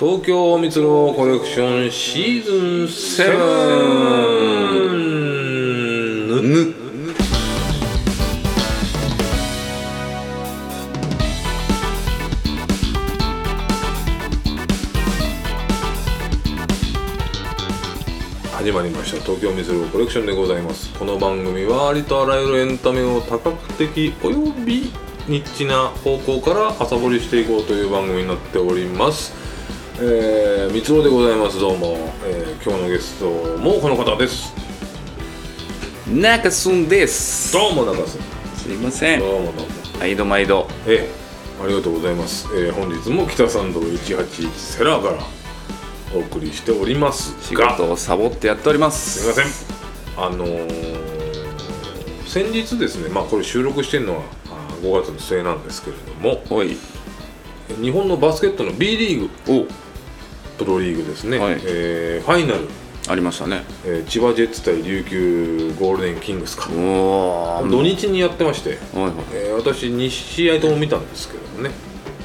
東京蜜ろコレクションシーズン7ぬぬ始まりました東京ミスルコレクションでございますこの番組はありとあらゆるエンタメを多角的およびニッチな方向から朝掘りしていこうという番組になっておりますえー、三つ郎でございますどうも、えー今日のゲストもこの方です中すんですどうも中洲すいませんどうもどうも毎度毎度ええありがとうございます、えー本日も北参道181セラからお送りしております仕が事をサボってやっておりますすみませんあのー先日ですねまあこれ収録してるのはあー5月の末なんですけれどもおい日本のバスケットの B リーグおプロリーグですね、はいえーファイナル、ありましたねえー千葉ジェッツ対琉球ゴールデンキングスかおお土日にやってまして、おいえー私2試合とも見たんですけれどもね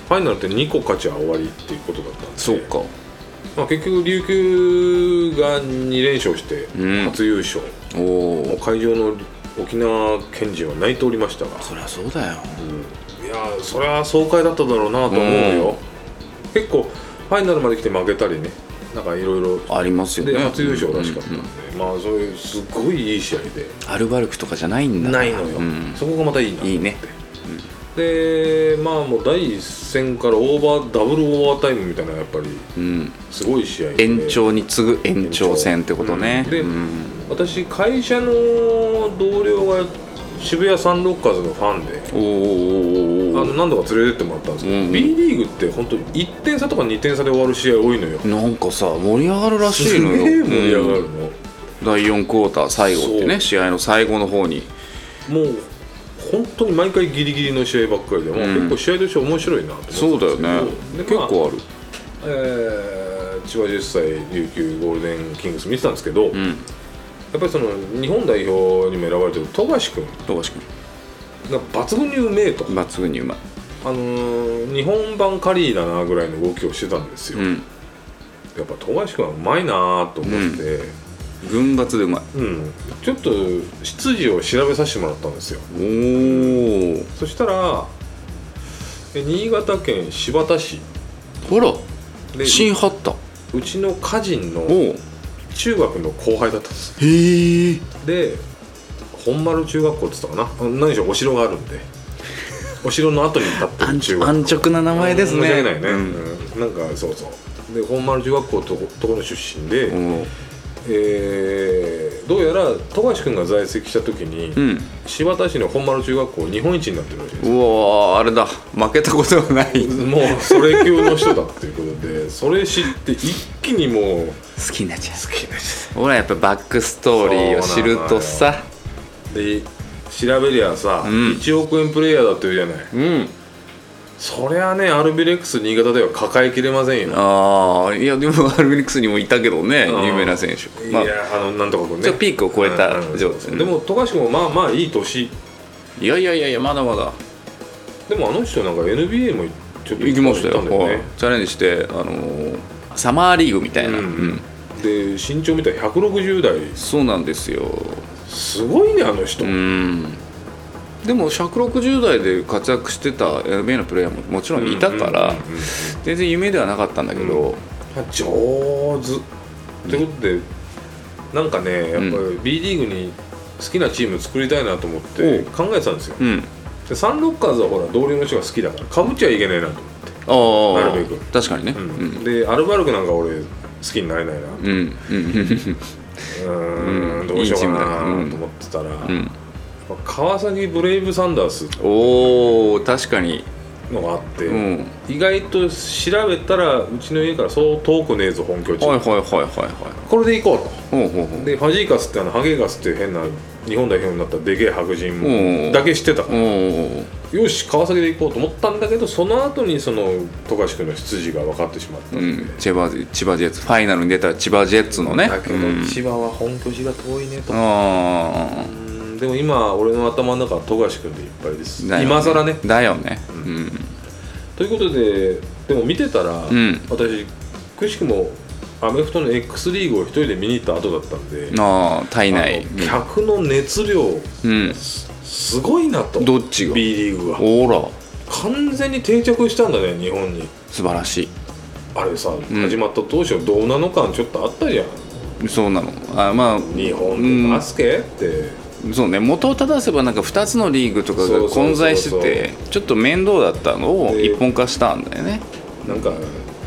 ファイナルって2個勝ちは終わりっていうことだったんでそうかまあ、結局琉球が2連勝してうん初優勝、おもおう会場の沖縄県人は泣いておりましたが、そりゃそうだよいやーそれは爽快だっただろうなと思うよ、結構ファイナルまで来て負けたりねなんかいろいろありますよねで初優勝らしかったうんんでうん、まあそういうすごいいい試合でアルバルクとかじゃないんだないのよ、うんそこがまたいいなと思っていいねでまあもう第一戦からオーバーダブルオーバータイムみたいなやっぱりうんすごい試合で延長に次ぐ延長戦ってことねうんでうん私会社の同僚が渋谷サンロッカーズのファンでおーおーあのおーおー何度か連れてってもらったんですけど、うんうん B リーグって本当に1点差とか2点差で終わる試合多いのよなんかさ盛り上がるらしすいのよげえ盛り上がうんるの、第4クォーター最後ってそうね試合の最後の方にもう本当に毎回ギリギリの試合ばっかりで、もううん結構試合として面白いなとそ思っうだてよたんでねすけどで結まあ構あるえー千葉10歳琉球ゴールデンキングス見てたんですけど、やっんぱりその日本代表にも選ばれてる富樫君富樫君が抜群にうめえと、抜群にうまいあのー日本版カリーだなぐらいの動きをしてたんですよ、うんやっぱ富樫君はうまいなと思って、群抜でうまいうんちょっと執事を調べさせてもらったんですよおーそしたらえ新潟県新発田市ほらで新ハッタうちの家人のおう中学の後輩だったんですへえで本丸中学校って言ったかなあ何しろお城があるんでお城の後に立ってる安中直学安直な名前ですね申し訳ないね、ううんんなんかそうそうで本丸中学校とことこの出身で、おうえーどうやら富樫君が在籍した時に、うん新発田市の本丸中学校日本一になってるらしいんですうわーあれだ負けたことはない好もうそれ級の人だっていうことでそれ知って一気にもうきになっちゃう好きですほらやっぱバックストーリーを知るとさで調べりゃさ、うん1億円プレイヤーだって言うじゃないうんそりゃねアルビレックス新潟では抱えきれませんよ、ああいやでもアルビニックスにもいたけどねうん有名な選手まあいやあのなんとかこうちねょっとピークを超えたうんうん状態ねでも富樫君もまあまあいい年いやいやいやいやまだまだでもあの人なんか NBA もちょっと行きましたよ行ったんだよねはいチャレンジして、あのーサマーリーグみたいな、うんうんで身長見たら160代そうなんですよすごいねあの人、うんでも160代で活躍してた NBA のプレイヤーももちろんいたから、うんうんうんうん全然夢ではなかったんだけど、上手ということでなんかねやっぱうり B リーグに好きなチーム作りたいなと思っておう考えてたんですようんでサンロッカーズはほら同僚の人が好きだからかぶっちゃいけないなと思って、ああなるべく確かにねううんんでアルバルクなんか俺好きになれないなううんうんーうんんどうしようかいいチームだうなんと思ってたら、うん、や っうんぱ川崎ブレイブサンダースおー確かにのがあって、うん意外と調べたらうちの家からそう遠くねえぞ本拠地、はいはいはいはいはいこれで行こうとほうほうほうでファジーカスってあのハゲガスっていう変な日本代表になったでけえ白う人んだけ知ってたおーよし川崎で行こうと思ったんだけどその後にその富樫君の出自が分かってしまったんうで、ん、千葉千葉ジェッツファイナルに出た千葉ジェッツのねだけどうん千葉は本拠地が遠いねと、あうんでも今俺の頭の中は富樫君でいっぱいです、あ、だよ今更ねだよねということででも見てたら、うん私くしくもアメフトの X リーグを一人で見に行った後だったんでああ体内あの客の熱量うんすすごいなとどっちが B リーグがおら完全に定着したんだね日本に素晴らしあれさ、ん始まった当初どうなのかちょっとあったじゃんいそうなのあまあ日本うんでバスケってそうね元を正せばなんか2つのリーグとかそうそがうそうそう混在しててちょっと面倒だったのをで一本化したんだよねなんか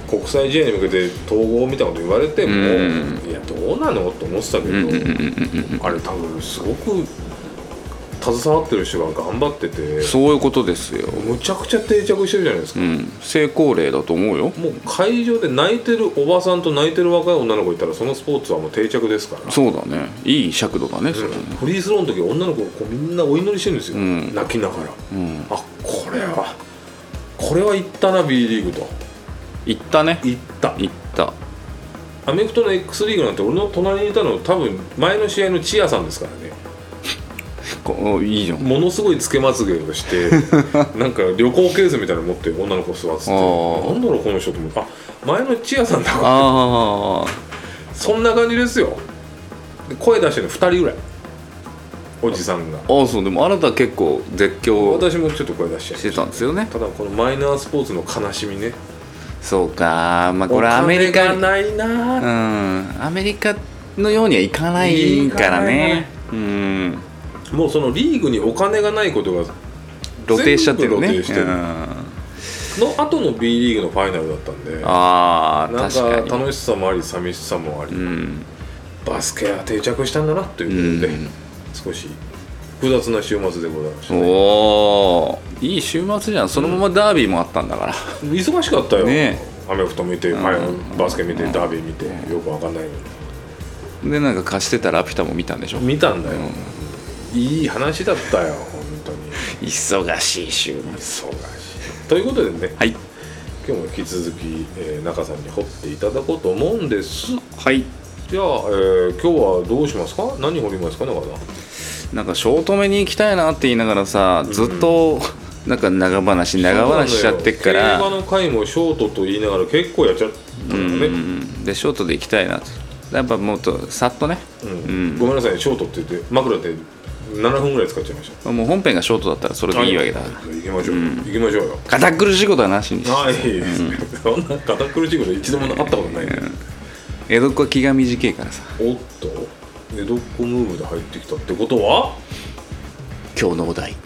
国際試合に向けて統合みたいなこと言われても、うんいやどうなのと思ってたけど、うんうんうんうんうんあれ多分すごく携わってる人が頑張っててそういうことですよ、むちゃくちゃ定着してるじゃないですうか、ん、成功例だと思うよもう会場で泣いてるおばさんと泣いてる若い女の子いたらそのスポーツはもう定着ですからそうだねいい尺度だねそれねフリースローの時女の子がこうみんなお祈りしてるんですよ、うん泣きながらうんあこれはこれはいったな B リーグと行ったねいった行ったアメフトの X リーグなんて俺の隣にいたの多分前の試合のチアさんですからねこいいじゃんものすごいつけまつげをして なんか旅行ケースみたいなの持って女の子座っててあーなんだろうこの人と思ってあ前のチアさんだからああそんな感じですよで声出してるの2人ぐらいおじさんがああそうでもあなた結構絶叫私もちょっと声出しちゃいまししてたんですよねたただこのマイナースポーツの悲しみねそうかまあこれアメリおカ金がないなうーんアメリカのようにはいかないからねうんもうそのリーグにお金がないことが露呈しちゃってるね全部露呈してるうん、の後の B リーグのファイナルだったんでああなん確かにか楽しさもあり寂しさもあり、うん、バスケは定着したんだなということで、うん少し複雑な週末でございました、ね、おおいい週末じゃんそのままダービーもあったんだから、 忙しかったよ、ねアメフト見て、フんァイナルバスケ見て、うんダービー見てよくわかんないのにでなんか貸してたラピュタも見たんでしょ見たんだよ、いい話だったよ本当に忙しい週末忙しいということでねはい今日も引き続き、えー中さんに掘っていただこうと思うんですはいじゃあ、えー今日はどうしますか何掘りますか中さんなんかショート目に行きたいなって言いながらさずっとなんか長話長話しちゃってっからそうなのよ競馬の回もショートと言いながら結構やっちゃったうんんだうよね、んでショートで行きたいなとやっぱもっとさっとね、うんうんごめんなさいショートって言って枕で7分ぐらい使っちゃいましもう本編がショートだったらそれたでいいわけだから行きましょう、行きましょうよ堅苦しいことはなしにしてはい、そんな堅苦しいこと一度もあったことない、ね江戸っ子は気が短いからさおっと江戸っ子ムーブで入ってきたってことは今日のお題、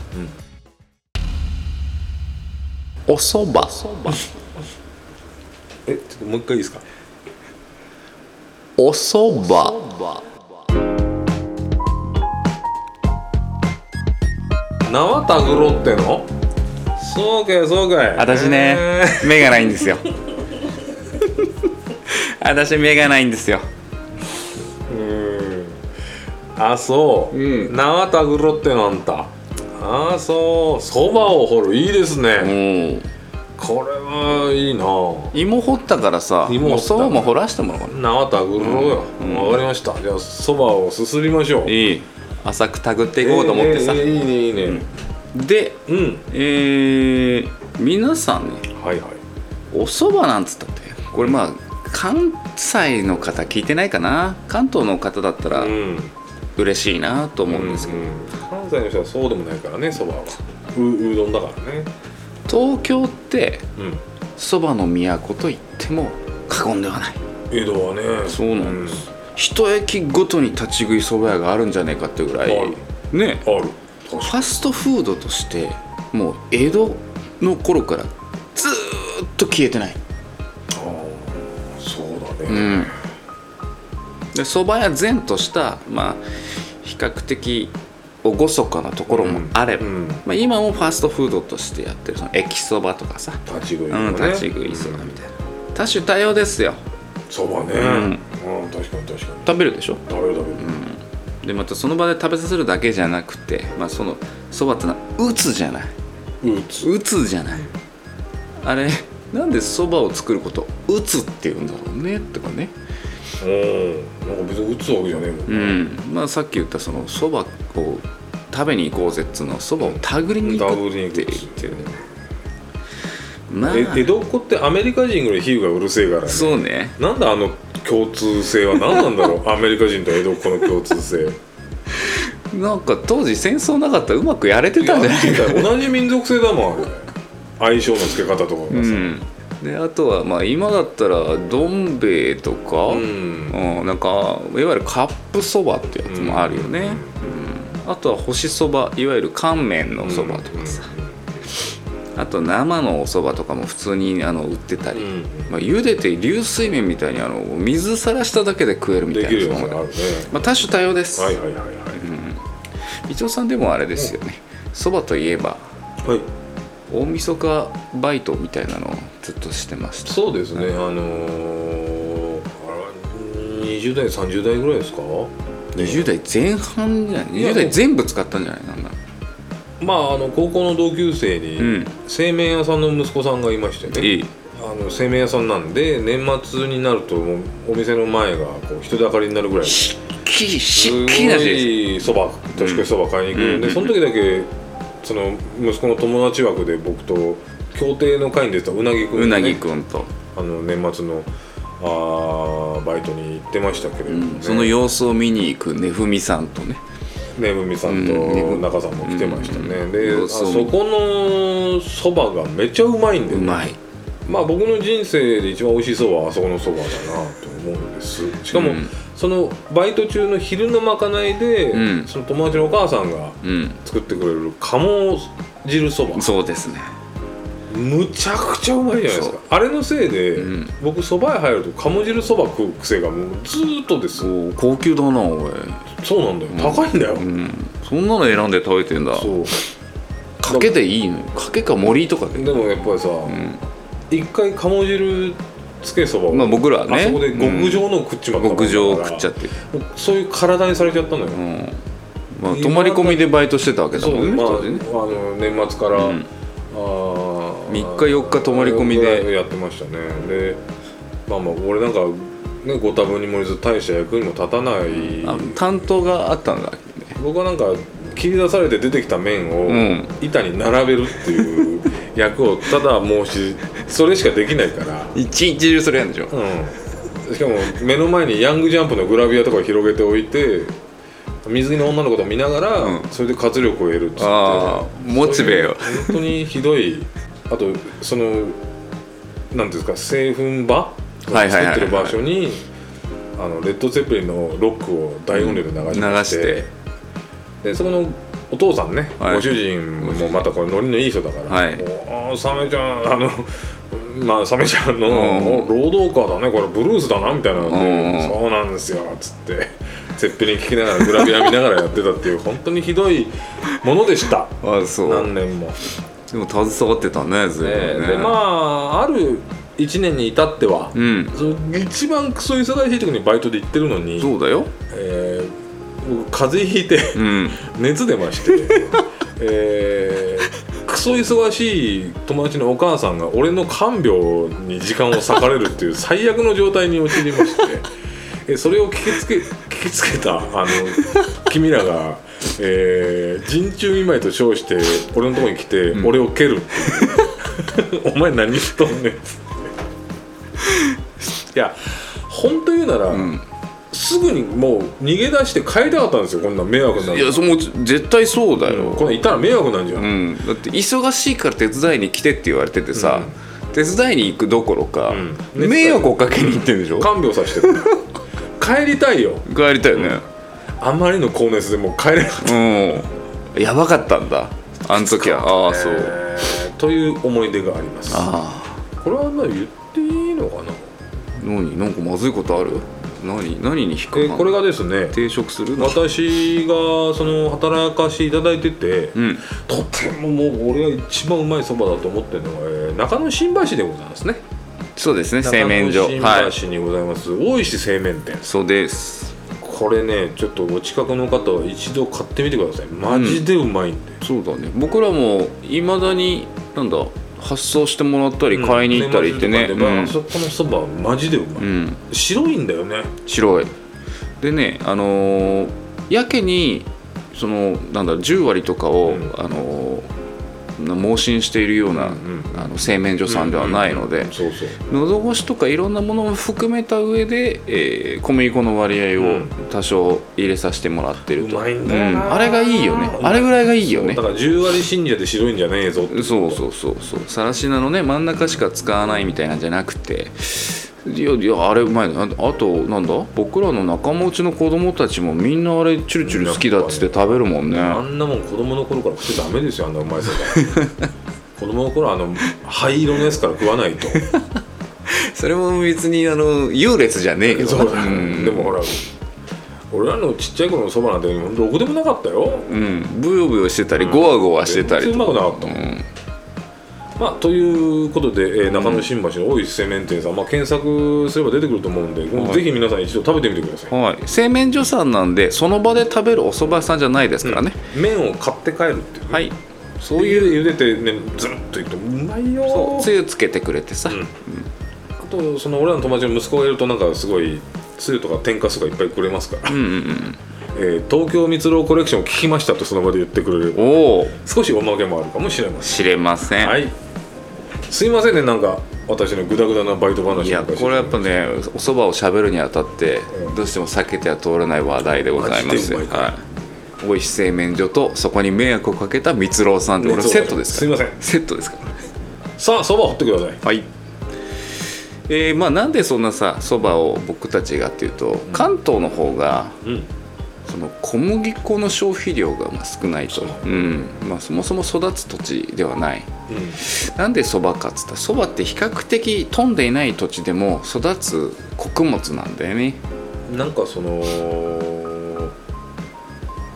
おそばえちょっともう一回いいですかおそば縄田グロってのそうかいそうかい私ねえー目がないんです よ私目がないんですようんあそう、うん縄田グロってなんだあそうそばを掘るいいですね、うんこれはいいな芋掘ったからさ芋掘おったそばも掘らしてもらおうか縄田グロよ、うんわかりましたじゃあそばをすすりましょうないい浅くたぐっていえこうと思ってさ、ええいいねいいねでうん、えー、皆さんねはいはいおそばなんつったってこれまあ関西の方聞いてないかな関東の方だったらうん嬉しいなと思ううんんですけど、関西の人はそうでもないからねそばはううどんだからね東京ってうんそばの都と言っても過言ではない江戸はねそうなんです、一駅ごとに立ち食いそば屋があるんじゃないかってぐらい、あねうんあるファストフードとしてもう江戸の頃からずーっと消えてないそうだうね、んで蕎麦屋前としたまあ比較的厳かなところもあれば、うんまあ、今もファストフードとしてやってるその駅そばとかさ、立ち食いとかうねん、立ち食いそばみたいな多種多様ですよそばね、うん確かに確かに食べるでしょ食べる食べる、でまたその場で食べさせるだけじゃなくて、まあ、そのそばってのは打つじゃないうん、うつ打つじゃないあれなんでそばを作ることを打つっていうんだろうねとかねうんなんか別に打つわけじゃねえもんうね、んまあさっき言ったそのそばを食べに行こうぜっつうのそばを手繰りに行くって言ってるねまあえ江戸っ子ってアメリカ人ぐらい比喩がうるせえからねそうねなんであの共通性は何なんだろうアメリカ人と江戸っ子の共通性なんか当時戦争なかったらうまくやれてたんじゃないいや同じ民族性だもんあれ相性の付け方とかうがさんであとはまあ今だったらどん兵衛とか、ううんんなんかいわゆるカップそばってやつもあるよね、うんあとは干しそばいわゆる乾麺のそばとかさ、あと生のおそばとかも普通にあの売ってたうり、んまあ、茹でて流水麺みたいにあの水さらしただけで食えるみたいでなきるようそなばのあるねまあ、多種多様です、はいはいはいは伊藤さんでもあれですよねそばといえばいはい大晦日バイトみたいなのをずっとしてましたそうですねあのーあら20代30代ぐらいですか20代前半じゃないいや20代全部使ったんじゃないなんだまああの高校の同級生うにん製麺屋さんの息子さんがいましてねいいあの製麺屋さんなんで年末になるともうお店の前がこう人だかりになるぐらいしっきりすしっごきりなしですいそば年越しそば買いに行くんで、うんその時だけその息子の友達枠で僕と協定の会に出てたうなぎくんがねうなぎくんと、あの年末のあーバイトに行ってましたけれども、ねその様子を見に行くねふみさんとねねぶみさんとうんねぶ中さんも来てましたね、うんであ様子そを見このそばがめっちゃうまいんだうよねまいまあ僕の人生で一番美味しいそばはあそこのそばだなと思うんですしかも、うんそのバイト中の昼のまかないで、うんその友達のお母さんがうん作ってくれる鴨汁そばそうですねむちゃくちゃうまいじゃないですそかうあれのせいで、うん僕そば屋入ると鴨汁そば食う癖がもうずーっとですおー高級だなおい、そうなんだよ、高いんだよ、うん、そんなの選んで食べてんだそうかけでいいのよかけか盛りとかで、でもやっぱりさうん一、回鴨汁つけそばを、まあ僕らはねあそこで極上の食っちまったもんだか極ら上を食っちゃって、もうそういう体にされちゃったのよ、うんまあ、泊まり込みでバイトしてたわけだそうもんねまあ、あ当時ねの年末から、うんあー三日四日泊まり込みでやってましたねでまあまあ俺なんかねご多分にもれず大した役にも立たない、あ担当があったんだね僕はなんか切り出されて出てきた面を、うん板に並べるっていう役をただ申しそれしかできないから、一日中それやんでしょうん、しかも目の前にヤングジャンプのグラビアとかを広げておいて水着の女の子と見ながら、うんそれで活力を得るっつってああモチベよそういう本当にひどいあとそのなんていうんですか製粉場はいはいはい作ってる場所にあのレッド・ゼッペリンのロックを大音量で流流して,、してでそこのお父さんね、はいご主人もまたこれノリのいい人だから、はいもうあーサメちゃんあのまあサメちゃんの、うん労働家だねこれブルースだなみたいなので、うんそうなんですよっつってゼッペリン聞きながらグラビア見ながらやってたっていう本当にひどいものでしたあそう何年も。でも携わってたねずいぶねんねでまあある1年に至っては、うんその一番クソ忙しい時にバイトで行ってるのに、そうだよえー僕風邪ひいてうん熱出まして、 えークソ忙しい友達のお母さんが俺の看病に時間を割かれるっていう最悪の状態に陥りましてえそれを聞きつけ聞きつけたあの君らが、えー人中見舞いと称して俺のとこに来て、俺を蹴るっていう お前何しとんねんっつっていや本当言うなら、んすぐにもう逃げ出して帰りたかったんですよこんな迷惑になるいやその絶対そうだよこれいたら迷惑なんじゃ、うんんだって忙しいから手伝いに来てって言われててさ手伝いに行くどころかん迷惑をかけに行ってんでしょ看病させてる帰りたいよ帰りたいよねあまりの高熱でもう帰れなかっうんやばかったんだあの時はああたそうえーという思い出がありますあこれはまあ言っていいのかなあ何なんかまずいことある何何に引っかかえんーのこれがですね定食するの私がその働かしていただいてて、うんとてももう俺が一番うまいそばだと思ってるのが、えー中野新橋でございますねそうですね製麺所中は野い新橋にございます、大石製麺店そうですこれねちょっとお近くの方は一度買ってみてくださいマジでうまいんで、そうだね僕らもいまだになんだ発送してもらったり買いに行ったりってね年末とかでまああそこのそばはマジでうまうい、ん、うん白いんだよね白いでねあのーやけにそのなんだ10割とかを、うんあのー盲信しているような、うんうんあの製麺所さんではないので、そうそう喉越しとかいろんなものも含めた上で、えー小麦粉の割合うをん多少入れさせてもらってるとうまいんだよなあれがいいよねうんあれぐらいがいいよねだから10割信者で白いんじゃねえぞってそうそうそうそうさらしなのね真ん中しか使わないみたいなんじゃなくていやいやあれうまいなあとなんだ僕らの仲間内の子供たちもみんなあれチュルチュル好きだっつって食べるもんねあんなもん子供の頃から食ってダメですよあんなうまい世界 子供の頃はあの灰色のやつから食わ ないとそれも別にあの優劣じゃねえけどそうなうんでもほら俺らのちっちゃい頃のそばなんてほんとろくでもなかったようんブヨブヨしてたりゴワゴワしてたり全然うまくなかったうんまあ、ということで、えー中野新橋の大石製麺店さん、まあ、検索すれば出てくると思うんで、はいぜひ皆さん一度食べてみてください、はい、製麺所さんなんでその場で食べるお蕎麦屋さんじゃないですからね、麺を買って帰るっていうはいそそうういういう茹でてねずるっといくとうまいよそうーつゆつけてくれてさ、うんあとその俺らの友達の息子がいるとなんかすごいつゆとか天かすとかいっぱいくれますから、うん、うんえー東京蜜ろコレクションを聞きましたとその場で言ってくれうるんおお少しおまけもあるかもしれませ知れません、んはいすいませんねなんか私のグダグダなバイト話いやなんかしてこれやっぱねおそばをしゃべるにあたってうんどうしても避けては通れない話題でございますマジでうまいからはい美味し製麺所とそこに迷惑をかけた蜜ろうさんってねこれそうだセットですすいからませんセットですからさあそば掘ってくださいはいえーまあなんでそんなさそばを僕たちがっていうと関東の方がうんその小麦粉の消費量がまあ少ないと、うんまあ、そもそも育つ土地ではないうんなんでそばかっつったらそばって比較的飛んでいない土地でも育つ穀物なんだよねなんかその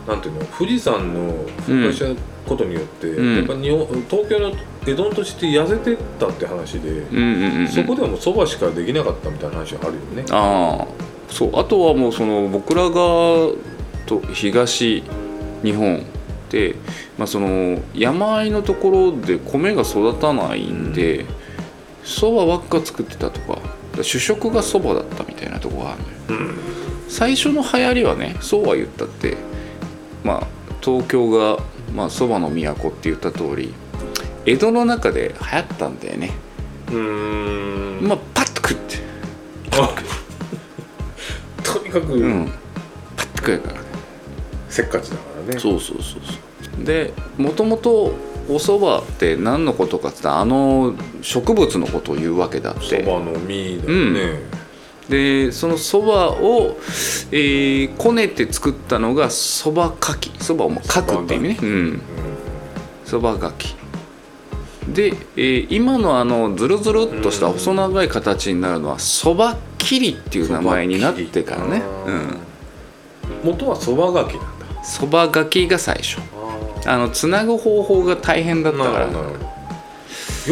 なんていうの富士山の崩壊したことによって、うんやっぱ日本東京の江戸の土地って痩せてったって話で、うんうんうんうんそこではもうそばしかできなかったみたいな話あるよね。ああそうあとはもうその僕らがと東日本で、まあ、その山あいのところで米が育たないんでそば、ばっか作ってたとかだから主食がそばだったみたいなとこがあるのうよん最初の流行りはねそうは言ったってまあ東京がまあそば、の都って言った通り江戸の中で流行ったんだよね、うーんまあパッと食ってあ とにかく、うんパッと食えるからねせっかちだからね。そうそうそうそうでもともとおそばって何のことかって言ったらあの植物のことを言うわけだっそてばの実だよね。でそのそばを、えーこねて作ったのがそばかきそばをもうかくって意味ねうんそばがきで、えー今のあのズルズルっとしたうん細長い形になるのはそばきりっていう名前になってからねうんうん、元はそばがきなんだ。そばがきが最初あのつなぐ方法が大変だったかなるらほどなるほ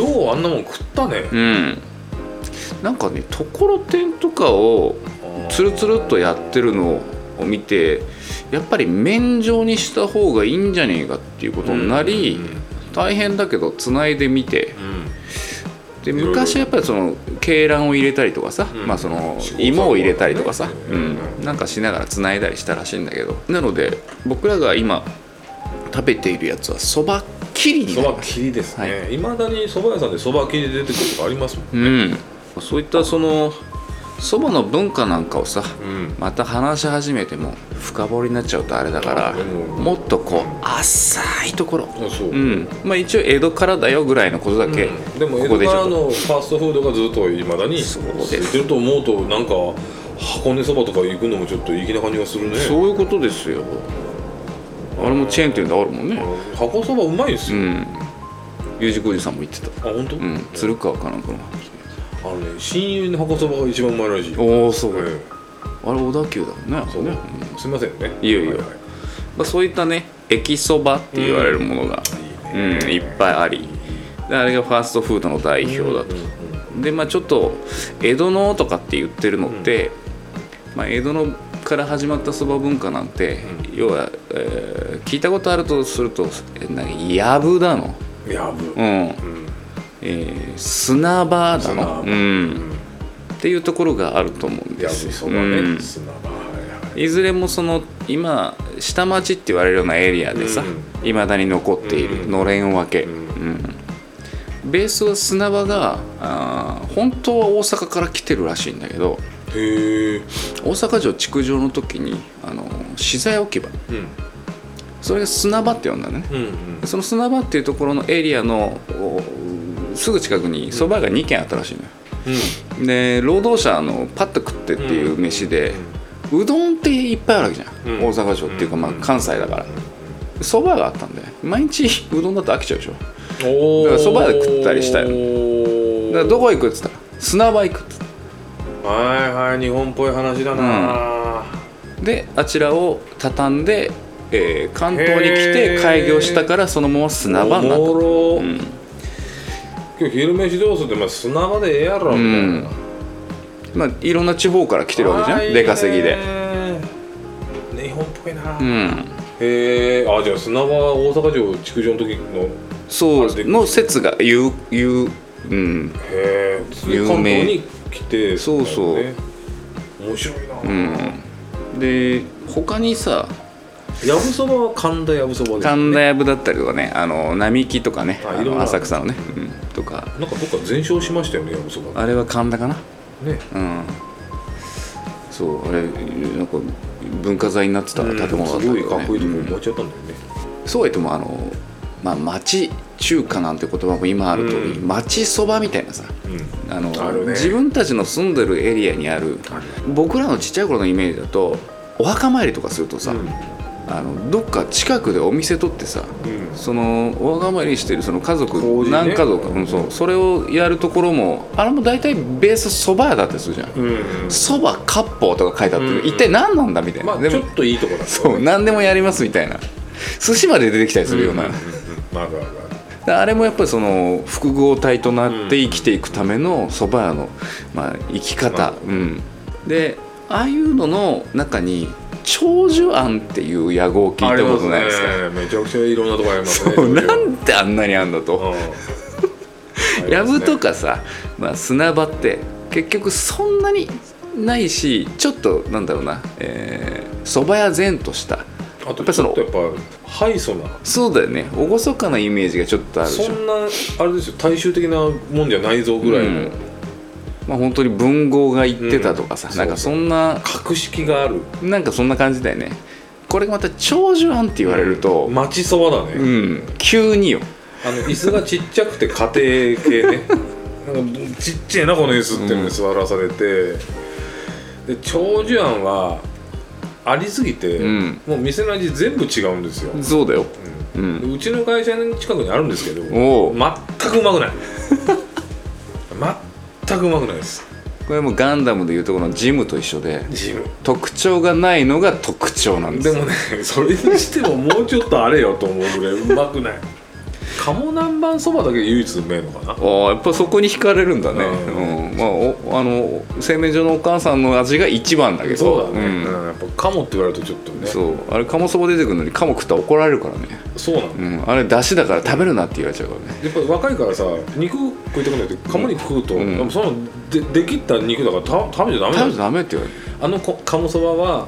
どようあんなもん食ったね、うんなんかねところてんとかをつるつるっとやってるのを見てやっぱり麺状にした方がいいんじゃねえかっていうことになり、うん大変だけどつないでみてうんでいろいろ昔はやっぱりその鶏卵を入れたりとかさ、うんまあ、その試行錯誤芋を入れたりとかさ、ううんん、なんかしながらつないだりしたらしいんだけどなので僕らが今食べているやつはそば切りにそなりばます切りですはねいま、未だにそば屋さんでそば切り出てくるとかありますもん、うん、そういったそのそばの文化なんかをさうん、また話し始めても深掘りになっちゃうとあれだからあでももっとこう浅いところあそう、うんまあ一応江戸からだよぐらいのことだけ、うんでも江ここで戸ちかょらっとのファーストフードがずっといまだにそう続ですいてると思うとなんか箱根そばとか行くのもちょっと粋な感じがするねそういうことですよあれもチェーン店であるもんあねの箱そばうまいですうよ、ん U 字工事さんも言ってたあ本当、うん鶴川かなんかのあのね親友の箱そばが一番うまいらしいおおそえうあれ小田急だもんねそうね、ねうんすいませんねいえいえまあ、そういったね駅そばって言われるものが、いうん、いっぱいありであれがファーストフードの代表だと、でまあちょっと江戸のとかって言ってるのって、まあ、江戸のから始まったそば文化なんて、要は、えー聞いたことあるとするとえなんかやぶだの、やぶ、うんえー砂場だ砂場の、うんっていうところがあると思うんやでぶすよそばね、うん砂場はいはいいずれもその今下町って言われるようなエリアでさういま、未だに残っているうんのれん分け、ううんんベースは砂場があー本当は大阪から来てるらしいんだけどへえ大阪城築城の時にあの資材置き場うんそれが砂場って呼んだのねうんその砂場っていうところのエリアのおすぐ近くに蕎麦が2軒あったらしいのようんで労働者のパッと食ってっていう飯で、うどんっていっぱいあるわけじゃん、うん大阪城っていうか、まあうん、関西だからそばがあったんで毎日うどんだと飽きちゃうでしょだおだからそばで食ったりしたいだからどこ行くっつったら砂場行くっつっはいはい日本っぽい話だな、たであちらを畳んで、えー関東に来へてー開業したからそのまま砂場になったおもろ、うん今日昼飯どうするって、まあ、砂場でええやろみたいな、うんまあ、いろんな地方から来てるわけじゃあーいんい出稼ぎでね日本っぽいな、うへんえあじゃあ砂場は大阪城築城の時のそあれでうの説が言う言ううんへえ有名関東に来てそうそうね面白いな、うんで他にさやぶそばは神田やぶそばですね神田やぶだったりとかねあの並木とかねああいろんのな浅草のね、うん、とかなんかどっか全焼しましたよねやぶそばあれは神田かなねうんそうあれなんか文化財になってた建物だったうんよすごいかっこいいとこうん持っちゃったんだよね、そうは言ってもあのまあ町中華なんて言葉も今ある通り、うん町そばみたいなさうんあのあるね自分たちの住んでるエリアにあるある僕らのちっちゃい頃のイメージだとお墓参りとかするとさ、うんあのどっか近くでお店取ってさうんそのお墓参りしてるその家族、法事ね何家族か、うん、そうそれをやるところもあれも大体ベースそば屋だったりするじゃんうんそば割烹とか書いてあって、うん一体何なんだみたいな、まあでちょもっといいとこだそう何でもやりますみたいな寿司まで出てきたりするような、んんんうんあるあるあるであれもやっぱりその複合体となって生きていくためのそば屋の、まあ、生き方、まうん、でああいうのの中に長寿庵っていう屋号聞いたことないですかありますねめちゃくちゃいろんなとこありますねそう東京なんてあんなにあんだと、う んやぶとかかさ、まあ、砂場って結局そんなにないしちょっとなんだろうなそば、蕎麦屋然としたあとやっぱちそょのっとやっぱハイソなそうだよね厳かなイメージがちょっとあるでしそょんなあれですよ大衆的なもんじゃないぞぐらいの、うんまあ本当に文豪が言ってたとかさ、うんなんかそんな格式があるなんかそんな感じだよねこれがまた長寿庵って言われると町そばだうん、ね、急によあの椅子がちっちゃくて家庭系ね なんかちっちゃいなこの椅子っていうのに座らされて、で長寿庵はありすぎて、うんもう店の味全部違うんですよ、そうだようんうちの会社の近くにあるんですけどおう全くうまくない 全くうまくないですこれもガンダムでいうとこのジムと一緒でジム特徴がないのが特徴なんですでもねそれにしてももうちょっとあれよと思うぐらいうまくない鴨南蛮そばだけ唯一うめえのかなああやっぱそこに惹かれるんだね、うんうんまあ、おあの製麺所のお母さんの味が一番だけどそうだね、んうんやっぱ鴨って言われるとちょっとねそうそうあれ鴨そば出てくるのに鴨食ったら怒られるからね、なのうん、あれ出汁だから食べるなって言われちゃうからねやっぱ若いからさ肉食いたくないって鴨肉食うと、うんでもそのでできった肉だからた食べちゃダメな食んべちゃだよダメって言われるあのこ鴨そばは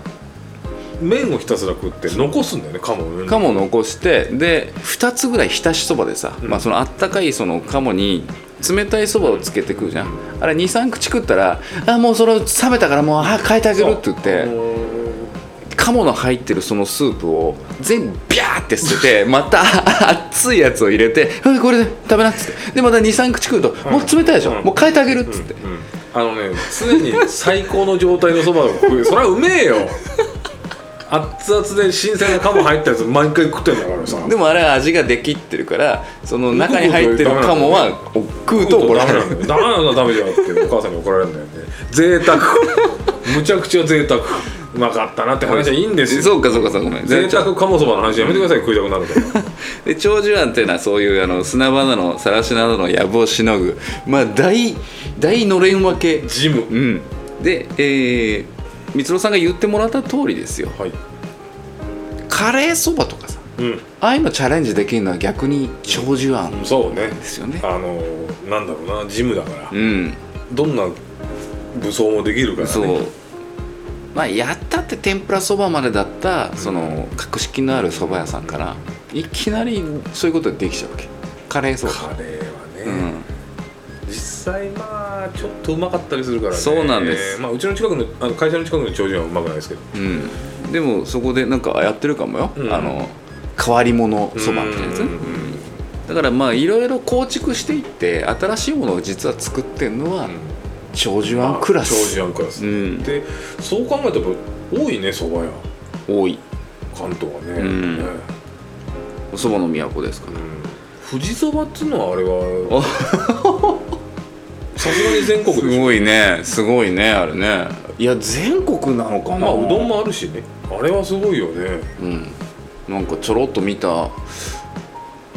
麺をひたすら食って残すんだよね鴨をね鴨残してで2つぐらい浸しそばでさ、うんまあ、そのあったかいその鴨に冷たいそばをつけてくるじゃんあれ23口食ったら「あもうそれ冷めたからもうあ変えてあげる」って言ってうん鴨の入ってるそのスープを全部ビャーって捨 ててまた熱いやつを入れて「うんこれで食べな」っつってでまた23口食うと「もう冷たいでしょうんもう変えてあげる」っつっうてんあのね常に最高の状態のそばを食うそりゃうめえよ熱々で新鮮な鴨入ったやつ毎回食ってんだからさでもあれは味ができってるからその中に入ってる鴨はお食うと怒られるダメなんだダメじゃんってお母さんに怒られるんだよね贅沢むちゃくちゃ贅沢うまかったなって話はいいんですよ そうかそうかそうかごめん贅沢鴨そばの話やめてください食いたくなるからで長寿庵っていうのはそういうあの砂場なのさらしなどのやぶをしのぐまあ大大のれん分けジムうんでえー、光郎さんが言ってもらった通りですよはいカレーそばとかさうんああいうのチャレンジできるのは逆に長寿庵そうねですよねあのーなんだろうなジムだからうんどんな武装もできるからねそうまあやったって天ぷらそばまでだったその格式のあるそば屋さんからいきなりそういうことできちゃうわけカレーそばカレーはね、うん実際まあちょっとうまかったりするからねそうなんですまあ、うちの近くのあの会社の近くの長寿はうまくないですけどうん、でもそこでなんかあやってるかもよ、うんあの変わり者そばみたいなやつ、うんだからまあいろいろ構築していって新しいものを実は作ってるのは長寿庵クラ長ス、寿庵クラス、うんでそう考えたら多いねそば屋多い関東はね、うんねおそばの都ですから富士そばっつうのはあれはさすがに全国 すでしょごいねすごいねあれねいや全国なのかなまあうどんもあるしねあれはすごいよねうんなんかちょろっと見た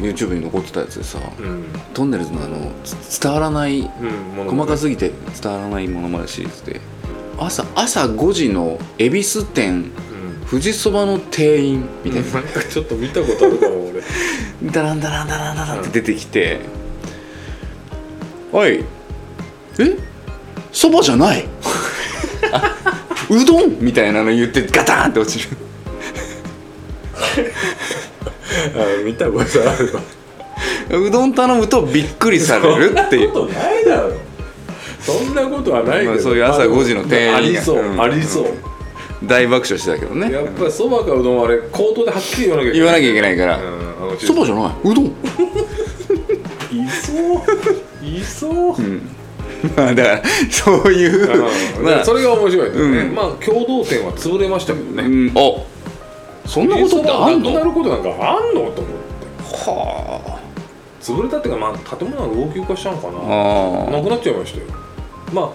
YouTube に残ってたやつでさうん、トンネルズのあのつ伝わらないうん、もの細かすぎて伝わらないものまでシリーズで朝朝5時の恵比寿店うん富士そばの店員みたいなんかちょっと見たことあるかも 俺なダランダランダランダランって出てきて「おいえそばじゃ ないあうどん!」みたいなの言ってガタンって落ちるあ見たことあるわうどん頼むとびっくりされるっていうそんなことないだろそんなことはないけど、まあそういう朝5時の店員がありそう、うんありそう、大爆笑してたけどねやっぱりそばかうどんはあれ口頭ではっきり言わなきゃ言わなきゃいけないからうんあの「そばじゃないうどん!いそういそう、」 まあだからそういう ままあ、あそれが面白いですね、うんまあ共同店は潰れましたけどね、うん、あそんなことってあんのなくなることなんかあんのと思っては潰れたっていうかまあ建物が老朽化したのかあなあなくなっちゃいましたよまあ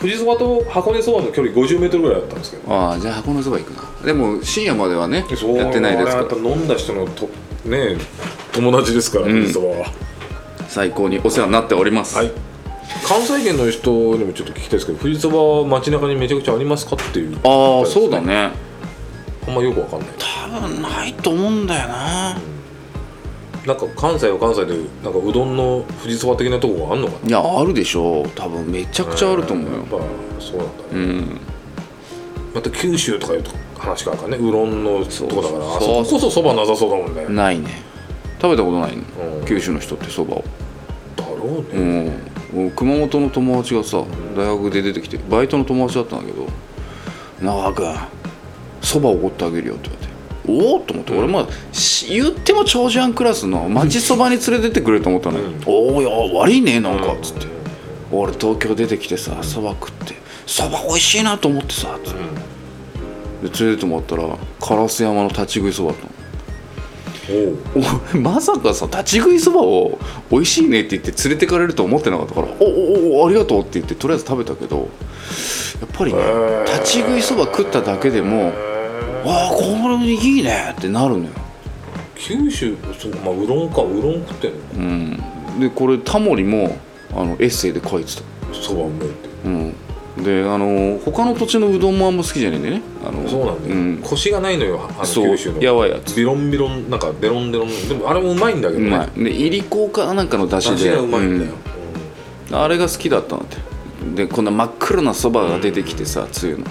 富士そばと箱根そばの距離50メートルぐらいだったんですけどああじゃあ箱根そば行くなでも深夜まではねそうやってないですあかれはやっぱ飲んだ人のとね友達ですからうん富士そばは、はら最高にお世話になっております、い関西圏の人にもちょっと聞きたいですけど富士そばは街中にめちゃくちゃありますかっていうああそうだねあんまよくわかんない多分ないと思うんだよななんか関西は関西でなんかうどんの富士そば的なとこがあんのかないやあるでしょう多分めちゃくちゃあると思うやっよぱそうなんだね、うんまた九州とかいうと話があるからねうどんのとこだからそうあそここそそばなさそうだもんね、だないね食べたことないねうん九州の人ってそばをろううね、ん俺熊本の友達がさ大学で出てきてバイトの友達だったんだけど「長くそばおごってあげるよ」って言われて「おお!」と思って俺まあし言っても長寿庵クラスの町そばに連れてってくれると思ったのようん「おおいや悪いねなんか」っつってうん「俺東京出てきてさそば食ってそば美味しいなと思ってさ」つってで連れてってもらったら烏山の立ち食いそばだったの。おうお まさかさ立ち食いそばを美味しいねって言って連れてかれると思ってなかったから「おおおありがとう」って言ってとりあえず食べたけどやっぱりねへー立ち食いそば食っただけでも「わあこれいいね」ってなるのよ、九州そうまあうどんかうどん食ってんのうん、でこれタモリもあのエッセイで書いてた、そばうめえってうん、であの他の土地のうどんもあんま好きじゃないんでねあのそうなんだよ、ん、コシがないのよあのそう九州のやばいやつビロンビロンなんかデロンデロンでもあれもうまいんだけうどねまいでいりこかなんかの出汁味でがうまいんだよ、うんあれが好きだったのってでこんな真っ黒なそばが出てきてさつゆの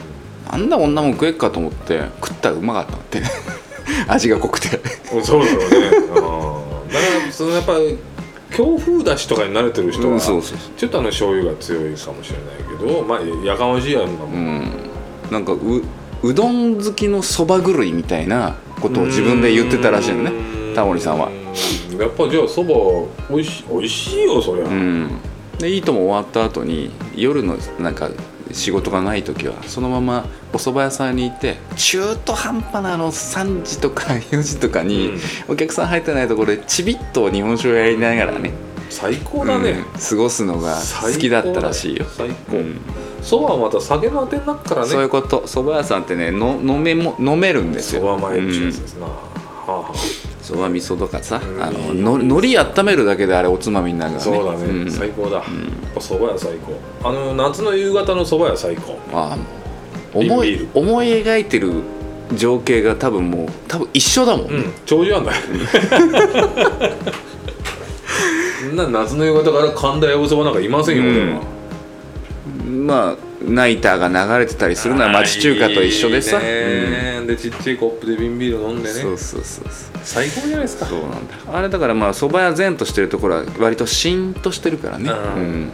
あんな女もん食えっかと思って食ったらうまかったのって 味が濃くてうんそうだろうねうんだからそのやっぱ強風だしとかに慣れてる人うはんそうそうちょっとあの醤油が強いかもしれないけどまあやかましいやんかもうんなんかううどん好きのそば狂いみたいなことを自分で言ってたらしいのねタモリさんはうんやっぱじゃあそば美味しい美味しいよそりゃ、うんでいいとも終わった後に夜のなんか仕事がない時はそのままお蕎麦屋さんに行って中途半端なあの3時とか4時とかにうんお客さん入ってないところでちびっと日本酒をやりながらね最高だね、うん過ごすのが好きだったらしいよ、最高うんそば、はまた酒のあてになっからねそういうこと蕎麦屋さんってねの飲めも飲めるんですそよば前うん中ですな、はあはあそば味噌とかさうんあのの海苔温めるだけであれおつまみになるからねそうだね、ん最高だ、やっぱそば屋最高あの夏の夕方のそば屋最高ああ思ビーい思い描いてる情景が多分もう多分一緒だもん、うん長寿案だよそんな夏の夕方から神田やぶそばなんかいませんよ、うん俺はまあナイターが流れてたりするのは町中華と一緒でさあーいいねでちっちゃいコップで瓶ビール飲んうんでそうねそうそうそう最高じゃないですかそうなんだあれだからまあそば屋全としてるところは割とシーンとしてるからね、ううんん、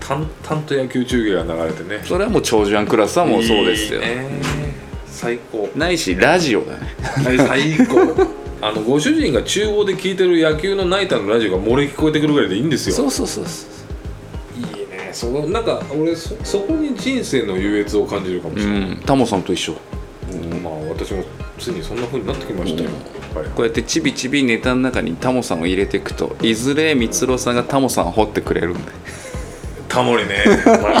淡々と野球中継が流れてねそれはもう長寿庵クラスはもうそうですよいいね最高ないしラジオだねはい最 高あのご主人が厨房で聞いてる野球のナイターのラジオが漏れ聞こえてくるぐらいでいいんですよそうそうそうそういいねそのなんか俺そそこに人生の優越を感じるかもしうれない、んタモさんと一緒うんまあ私もついにそんな風になってきましたよ、やっぱこうやってちびちびネタの中にタモさんを入れていくといずれ光郎さんがタモさんを掘ってくれるんでりタモリねまあねまあまあまあ、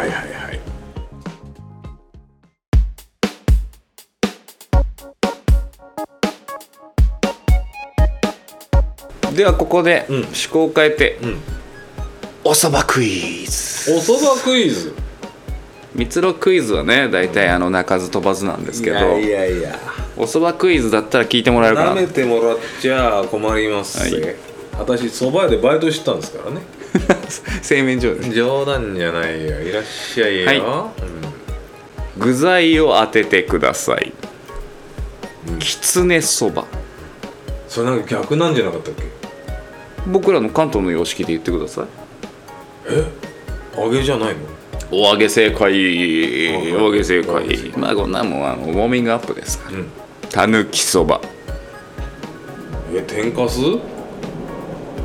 はいはいはいではここでうん趣向を変えて、うんおそばクイズおそばクイズ蜜ろクイズはね大体あの鳴かず飛ばずなんですけどやいやおそばクイズだったら聞いてもらえるか舐なめてもらっちゃ困りますぜ、はい私そば屋でバイトしてたんですからね 製麺所で冗談じゃないよいらっしゃいよ、はうん具材を当ててください、きつねそばそれなんか逆なんじゃなかったっけ僕らの関東の様式で言ってください揚げじゃないのお揚げ正解お揚げ正お揚げ正解解まあこんなもんあのウォーミングアップですからうんたぬきそばえ天かす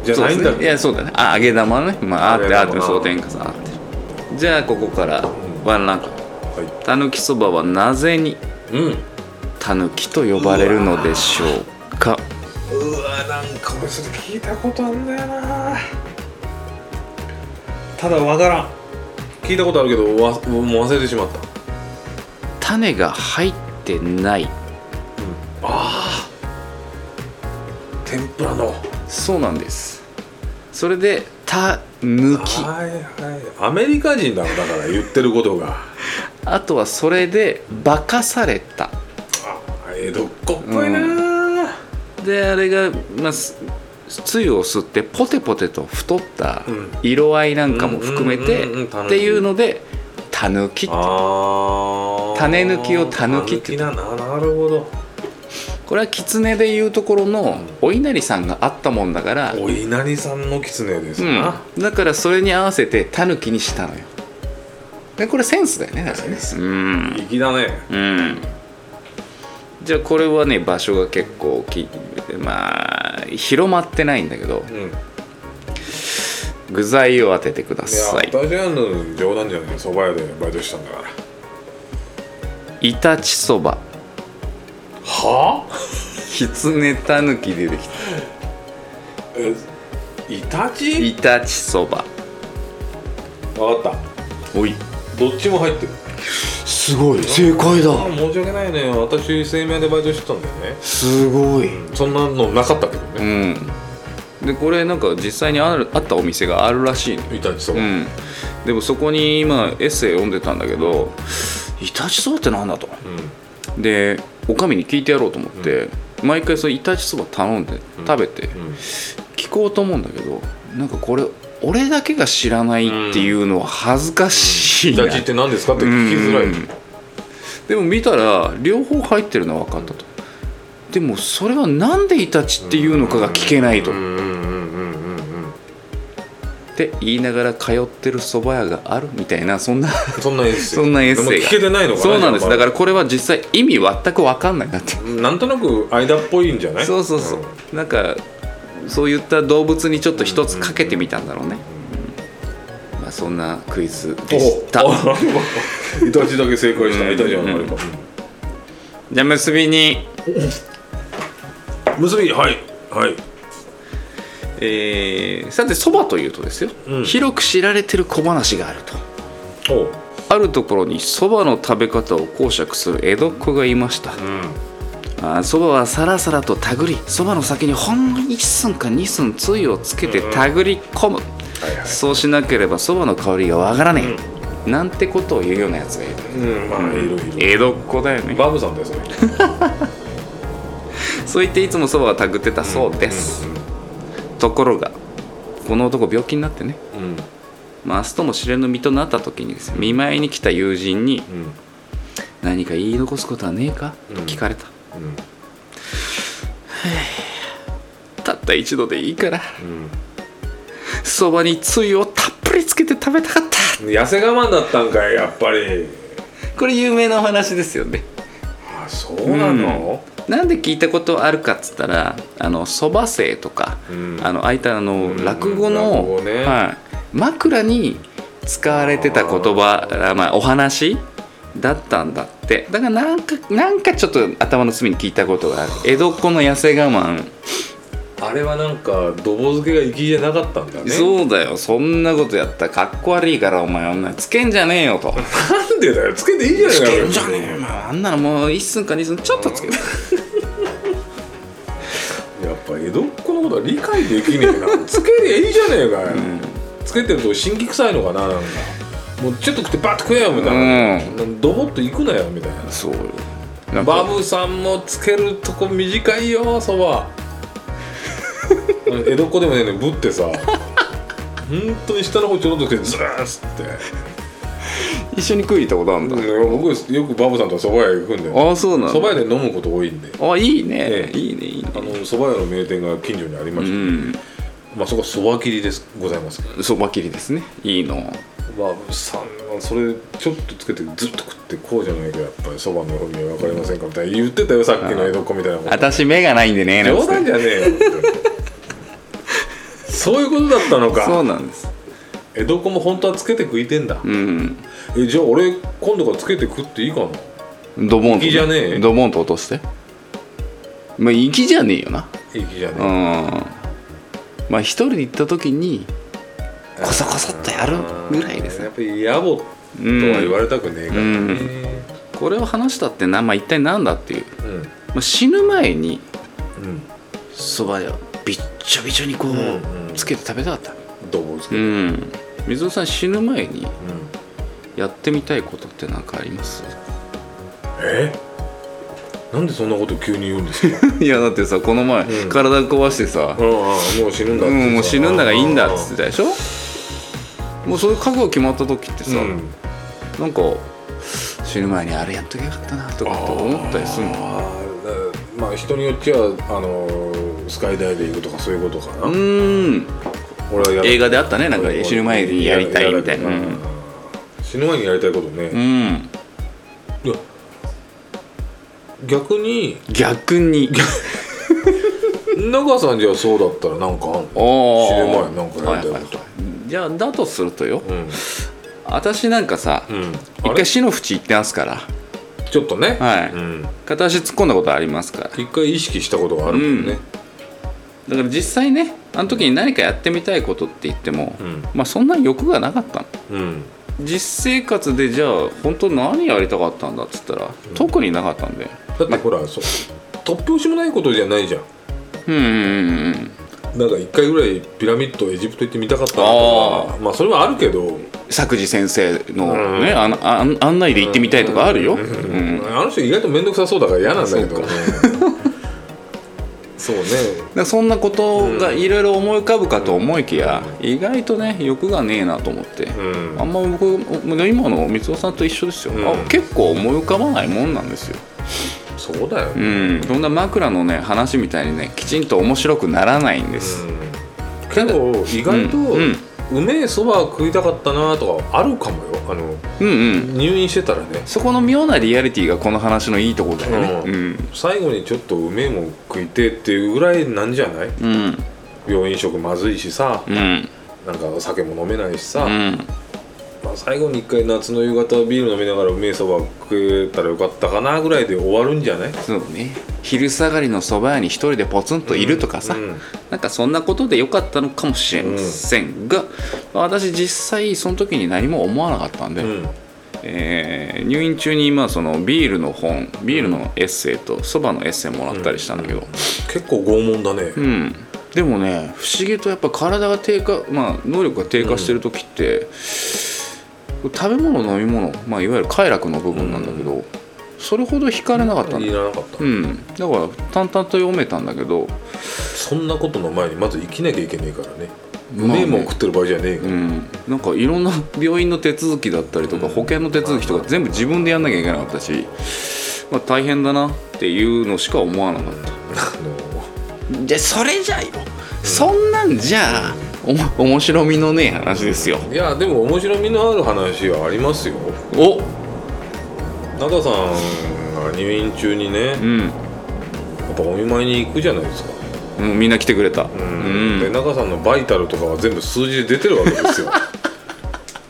じゃないんだっいけやそうだねあ揚げ玉ねまああってあってるそう天かさんあってるじゃあここからワンランクはたぬきそばはなぜにいうんたぬきと呼ばれるのでしょうかうわなんか俺それ聞いたことあんだよなただわからん聞いたことあるけどわもう忘れてしまった種が入ってないああ天ぷらのそうなんですそれでたぬきはいはいアメリカ人だろだから言ってることがあとはそれで化かされたあ江戸っ子っぽいな、であれがまあすつゆを吸ってポテポテと太ったうん色合いなんかも含めてうんうんうんうん楽しいっていうのでたぬきあー種抜きをたぬきってたぬきななるほどこれは狐でいうところのお稲荷さんがあったもんだから、お稲荷さんの狐ですな、うん、だからそれに合わせてタヌキにしたのよでこれセンスだよねだからねうん粋だねうんじゃあこれはね場所が結構きまあ広まってないんだけどうん具材を当ててくだいやさい私はの冗談じゃない蕎麦屋でバイトしたんだからイタチそばはあきつねたぬき出てきたえイタチイタチそば分かったおいどっちも入ってるすごい正解あー申し訳ないね私生命でバイトしてたんだよねすごいそんなのなかったけどうねんでこれなんか実際にあるあったお店があるらしいのよイタチそば、うん、でもそこに今エッセイ読んでたんだけど「イタチそばってなんだ?」とうでおかみに聞いてやろうと思って、毎回そのイタチそば頼んでん食べてんうん聞こうと思うんだけどなんかこれ俺だけが知らないっていうのは恥ずかしイいな、タチって何ですかって聞きづらい、うんでも見たら両方入ってるのは分かったとでもそれはなんでイタチっていうのかが聞けないと、うんうんうんうんうんうんって言いながら通ってる蕎麦屋があるみたいなそんなそんなエッセイそんなエッセイがでも聞けてないのかなそうなんですだかららこれは実際意味全く分かんないなってなんとなく間っぽいんじゃないそうそうそう、なんかそういった動物にちょっと一つかけてみたんだろうね、まあ、そんなクイズでしたおおイタチだけ正解したイタチはあれか、じゃあ結びに、結びはいはいえーさてそばというとですよ、うん広く知られてる小話があるとおうあるところにそばの食べ方を講釈する江戸っ子がいましたうんあーそばはさらさらとたぐりそばの先にほんの1寸か2寸つゆをつけてたぐり込む、はいはいそうしなければそばの香りがわからねえ、なんてことを言うようなやつがいるうんまあいろい江戸っ子だよろねバブさんだよそれそう言っていつもそばがたぐってたそうです、ところがこの男病気になってねうんうんままあ、明日とも知れぬ身となった時にですね見舞いに来た友人にうん「何か言い残すことはねえか?」と聞かれた、うんたった一度でいいからうんそばにつゆをたっぷりつけて食べたかった痩せ我慢だったんかいやっぱりこれ有名なお話ですよねあそうなの、なんで聞いたことあるかっつったらあのそば生とか、うんあのあいたあのん落語落の、語ねはい、枕に使われてた言葉あまあ、お話だったんだってだからなんかなんかちょっと頭の隅に聞いたことがある江戸っ子の痩せ我慢、あれはなんかどぼ漬けが粋じゃなかったんだねそうだよそんなことやったらかっこ悪いからお前女つけんじゃねえよとなんでだよつけていいじゃないつかけんじゃねえよお前あんなのもう一寸か二寸ちょっとつけるやっぱ江戸っ子のことは理解できねえなつけりゃいいじゃねえかよ、つけてると辛気臭いのかななんかもうちょっと食ってバッと食えよみたいな、ドボッと行くなよみたいなそうよなんかバブさんもつけるとこ短いよそば 江戸っ子でもねえのにぶ ってさ本当に下の方ちょろっと来てずらーっつって一緒に食いに行ったことあるんだ、僕よくバブさんとは蕎麦屋行くんでああそうな蕎の麦屋で飲むこと多いんであいいねええいいねいいねあの蕎麦屋の名店が近所にありまうして、んまあそこは蕎麦切りですございますけどそば切りですねいいのまあ、さんそれちょっとつけてずっと食ってこうじゃないかやっぱりそばの風味は分かりませんかみたいな言ってたよさっきの江戸っ子みたいなこと私目がないんでねなん冗つって談じゃねえよ本当にそういうことだったのそうかなんです江戸っ子も本当はつけて食いてんだうんえじゃあ俺今度からつけて食っていいかなドボンと、粋じゃねえドボンと落としてまあ粋じゃねえよないい気じゃうねんまあ一人で行った時にえコソコソっとやるぐらいですねやっぱり野暮とは言われたくねえからねこれを話したってな、まあ、一体何だっていう、うんうんまあ、死ぬ前にうんそばをびっちょびちょにこう、んうんつけて食べたかったどうもつけうてん水尾さん死ぬ前にうんやってみたいことって何かありますえなんでそんなこと急に言うんです か いやだってさこの前、うん体壊してさう、んうんもう死ぬんだっうてん、もう死ぬんだがいいんだっつっててたでしょもうそういう覚悟決まった時ってささ、なんか死ぬ前にあれやっときゃよかったなとかって思ったりするのあーだまあ人によっちゃあのースカイダイビングとかそういうことかな、うーん俺はや映画であったねなんか死ぬ前にやりたいみたいなうやん、死ぬ前にやりたいことね、うん、いや逆に 逆に長さんじゃそうだったらなんかあんのお死ぬー前なんかやりたいことはいはいはいじゃあだとするとようん、私なんかさ、うん、一あれ回死の淵行ってますからちょっとね、はいうん、片足突っ込んだことありますから一回意識したことがあるもんね、だから実際ねあの時に何かやってみたいことって言っても、うんまあそんな欲がなかったのうん実生活でじゃあ本当何やりたかったんだっつったら、特になかったんでだってほら、そう突拍子もないことじゃないじゃんうんうんうんうんなんか一回ぐらいピラミッドエジプト行ってみたかったなとあかまあそれはあるけど作事先生のうんね、あのあん案内で行ってみたいとかあるよ、うんうんあの人意外と面倒くさそうだから嫌なんだけどねそうねだからそんなことがいろいろ思い浮かぶかと思いきや、意外とね欲がねえなと思って、うんあんま僕今の光雄さんと一緒ですよ、うんあ結構思い浮かばないもんなんですよそうだようねんそんな枕のね話みたいにねきちんと面白くならないんです、けど意外とうんうんうめえそば食いたかったなとかあるかもよあのうん、うん入院してたらねそこの妙なリアリティがこの話のいいところだよね最後にちょっとうめえもん食いてえっていうぐらいなんじゃないうんうん病院食まずいしさうんなんかお酒も飲めないしさ、うんまあ、最後に一回夏の夕方ビール飲みながらうめえそば食えたらよかったかなぐらいで終わるんじゃないそうね昼下がりのそば屋に一人でポツンといるとかさ、うんなんかそんなことでよかったのかもしれませんが、まあ私実際その時に何も思わなかったんで、うんえー入院中にまあそのビールの本ビールのエッセイとそばのエッセイもらったりしたんだけど、結構拷問だね、うん、でもね不思議とやっぱ体が低下まあ能力が低下してる時って、食べ物飲み物、まあ、いわゆる快楽の部分なんだけど、それほど惹かれなかったんいだ、らなかった、うん、だから淡々と読めたんだけどそんなことの前にまず生きなきゃいけねえからねまあね麺も食ってる場合じゃねえかうら、ん、なんかいろんな病院の手続きだったりとか保険の手続きとか全部自分でやんなきゃいけなかったし、まあ、大変だなっていうのしか思わなかったでそれじゃよそんなんじゃおも面白みのねえ話ですよ あのいやでも面白みのある話はありますよお中さんが入院中にねやっうんぱお見舞いに行くじゃないですかもうみんな来てくれたううん、でん中さんのバイタルとかは全部数字で出てるわけです よ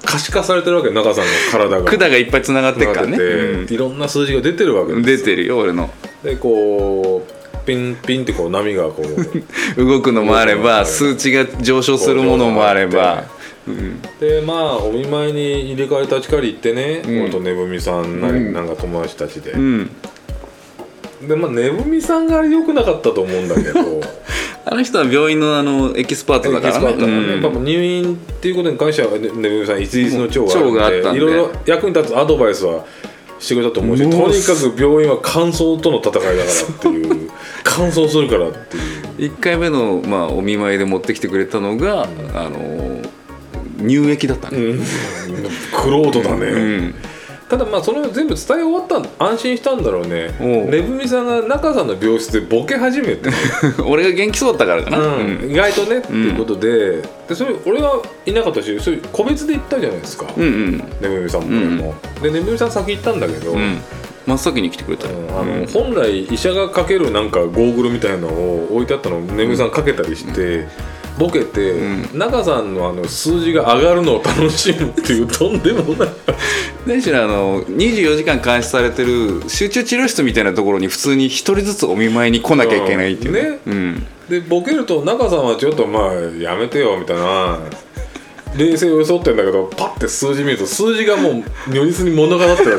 可視化されてるわけ中さんの体が管がいっぱいつながってっからね、なっていろんな数字が出てるわけうんで出すてるよ俺のでこうピンピンってこう波がこ う動くのもあれ動くのもあればば数値が上昇するものもあればでまあお見舞いに入れ替え立ち借り行ってね、うん元ねぶみさんな,、うんなんか友達たちでう、んでまあねぶみさんが良くなかったと思うんだけ どあの人は病院のあのエキスパートだからねエキスパートだからねうんやっぱ入院っていうことに関してはねねぶみさん一律の長があるんで長があったんでいろいろ役に立つアドバイスはしてくれたと思うしもとうにかく病院は乾燥との戦いだからって いう乾燥するからっていう1回目の、まあ、お見舞いで持ってきてくれたのが、あの乳液だったね、クロードだね、うんただまあそれを全部伝え終わった安心したんだろうねおうねぶみさんが中さんの病室でボケ始めて、俺が元気 そうだったからかな、うん意外とねっていうことで,、でそれ俺はいなかったしそれ個別で行ったじゃないですか、うんうんねぶみさんも俺も、でねぶみさん先行ったんだけど、うん真っ先に来てくれたうよ、んあの本来医者がかけるなんかゴーグルみたいのを置いてあったのをねぶみさんかけたりして、ボケて、う中さんのあの数字が上がるのを楽しむっていうとんでもない何しろあの24時間監視されてる集中治療室みたいなところに普通に一人ずつお見舞いに来なきゃいけないっていうねうん、でボケると中さんはちょっとまあやめてよみたいな冷静を装ってんだけどパッて数字見ると数字がもう如実に物語ってるわ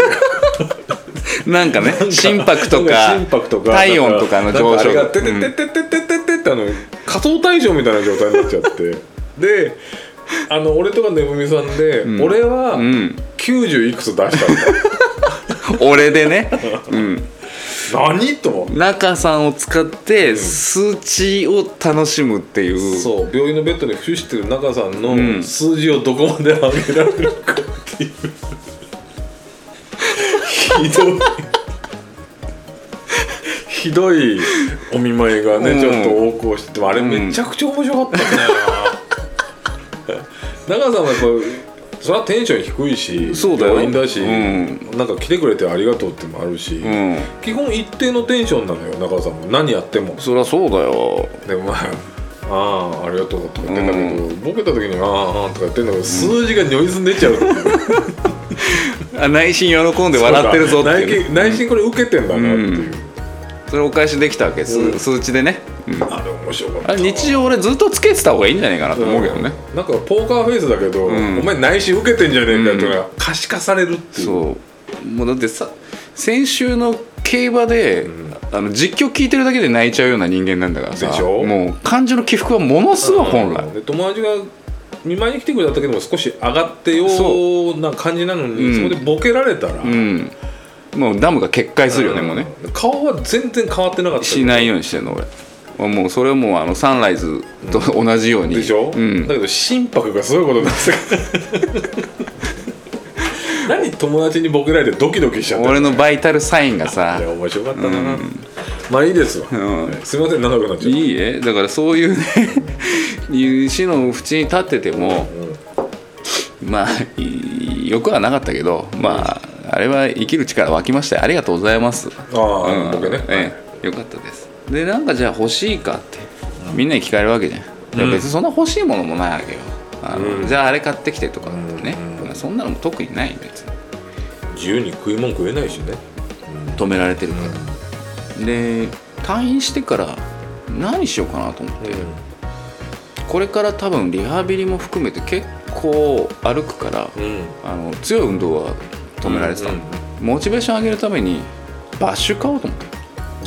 なんかねけ心拍とか心拍とか体温とかの上昇なんかあれがててててててててってあの仮想対象みたいな状態になっちゃってであの俺とかねぶみさんで、ん俺はうん、 90いくつ出したんだ俺でね、うん、 何と思って中さんを使って数値を楽しむっていう、そう病院のベッドに伏してる中さんうのん数字をどこまで上げられるかっていうひどいひどいお見舞いがね、うんちょっと横行しててあれうんめちゃくちゃ面白かったんだよな 中さんはやっぱそれはテンション低いしそうだよ病院だし、うんなんか来てくれてありがとうってもあるし、うん、基本一定のテンションなのよ中さんも何やってもそりゃそうだよでまあ「ああありがとう」とか言ってんだけど、ボケた時に「あーあー」とか言ってんだけど数字が如実に出ちゃうっていうあ内心喜んで笑ってるぞって内いうね心内心これ受けてんだなっていう、それお返しできたわけ、数数値でね、うんあれ面白かったあれ日常俺ずっとつけてた方がいいんじゃないかなと思うけどね、なんかポーカーフェイスだけど、んお前内心受けてんじゃねえんだよってのが可視化されるっていうそうもうだってさ先週の競馬で、あの実況聞いてるだけで泣いちゃうような人間なんだからさでしょもう感情の起伏はものすごい本来、で友達が見舞いに来てくれた時でも少し上がってよそうな感じなのに、うんそこでボケられたら、うんもうダムが決壊するよね、もうね顔は全然変わってなかったしないようにしてんの俺もうそれはもうあのサンライズと同じように、でしょ、うんだけど心拍がすごいことになってた 何友達にボケられてドキドキしちゃった俺のバイタルサインがさいや面白かったな、まあいいですわ、んすいません長くなっちゃっいいえだからそういう ねいう死の縁に立っててもまあいよくはなかったけどまああれは生きる力湧きましてありがとうございますたああ、うんボケね、ええよかったですでなんかじゃあ欲しいかってみんなに聞かれるわけじゃん、いや別にそんな欲しいものもないわけよあの、うんじゃああれ買ってきてとかね、うんまあそんなのも特にない別に自由に食い物食えないしね止められてるから、で退院してから何しようかなと思ってこれから多分リハビリも含めて結構歩くからうん、うん、あの強い運動は止められてたの、うんモチベーション上げるためにバッシュ買おうと思って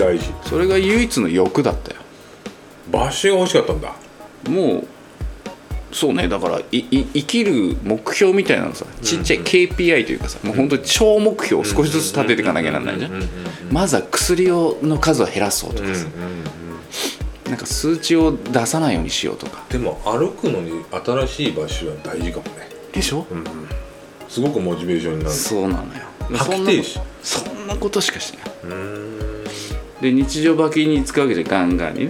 大事それが唯一の欲だったよバッシュが欲しかったんだもうそうねだからいい生きる目標みたいなのさちっちゃい KPI というかさ、もう本当に超目標を少しずつ立てていかなきゃならないじゃんうんうんうんまずは薬をの数を減らそうとうんかさ、なんか数値を出さないようにしようとかでも歩くのに新しい場所は大事かもね、でしょ、すごくモチベーションになるそうなのよ確定詞そんなそんなことしかしないうんうんで日常馬琴に使うわけじゃんガンガンにねね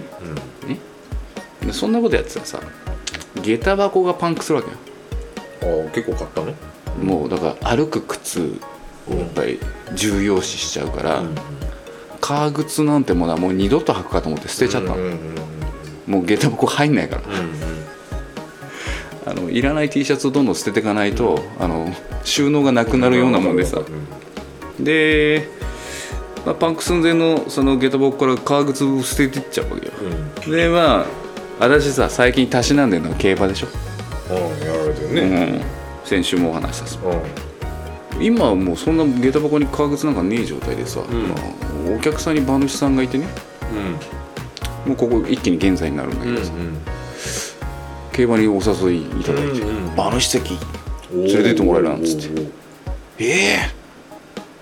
でそんなことやってたらさ下駄箱がパンクするわけよああ結構買ったのもうだから歩く靴をやっぱり重要視しちゃうから、革靴なんてものはもう二度と履くかと思って捨てちゃったの、うんうんうんもう下駄箱入んないからうんあのいらない T シャツをどんどん捨てていかないと、あの収納がなくなるようなもんでさうんで、まあ、パンク寸前のその下駄箱から革靴を捨てていっちゃうわけようんでまあ私さ最近たしなんでるのは競馬でしょ、うんやられてるうねん、先週もお話ししたしうん今はもうそんな下駄箱に革靴なんかねえ状態でさ、んまあお客さんに馬主さんがいてねもうここ一気に現在になるんだけうんどさ、競馬にお誘いいただいてうんうん馬主席うん連れてってもらえるなんつっておーええ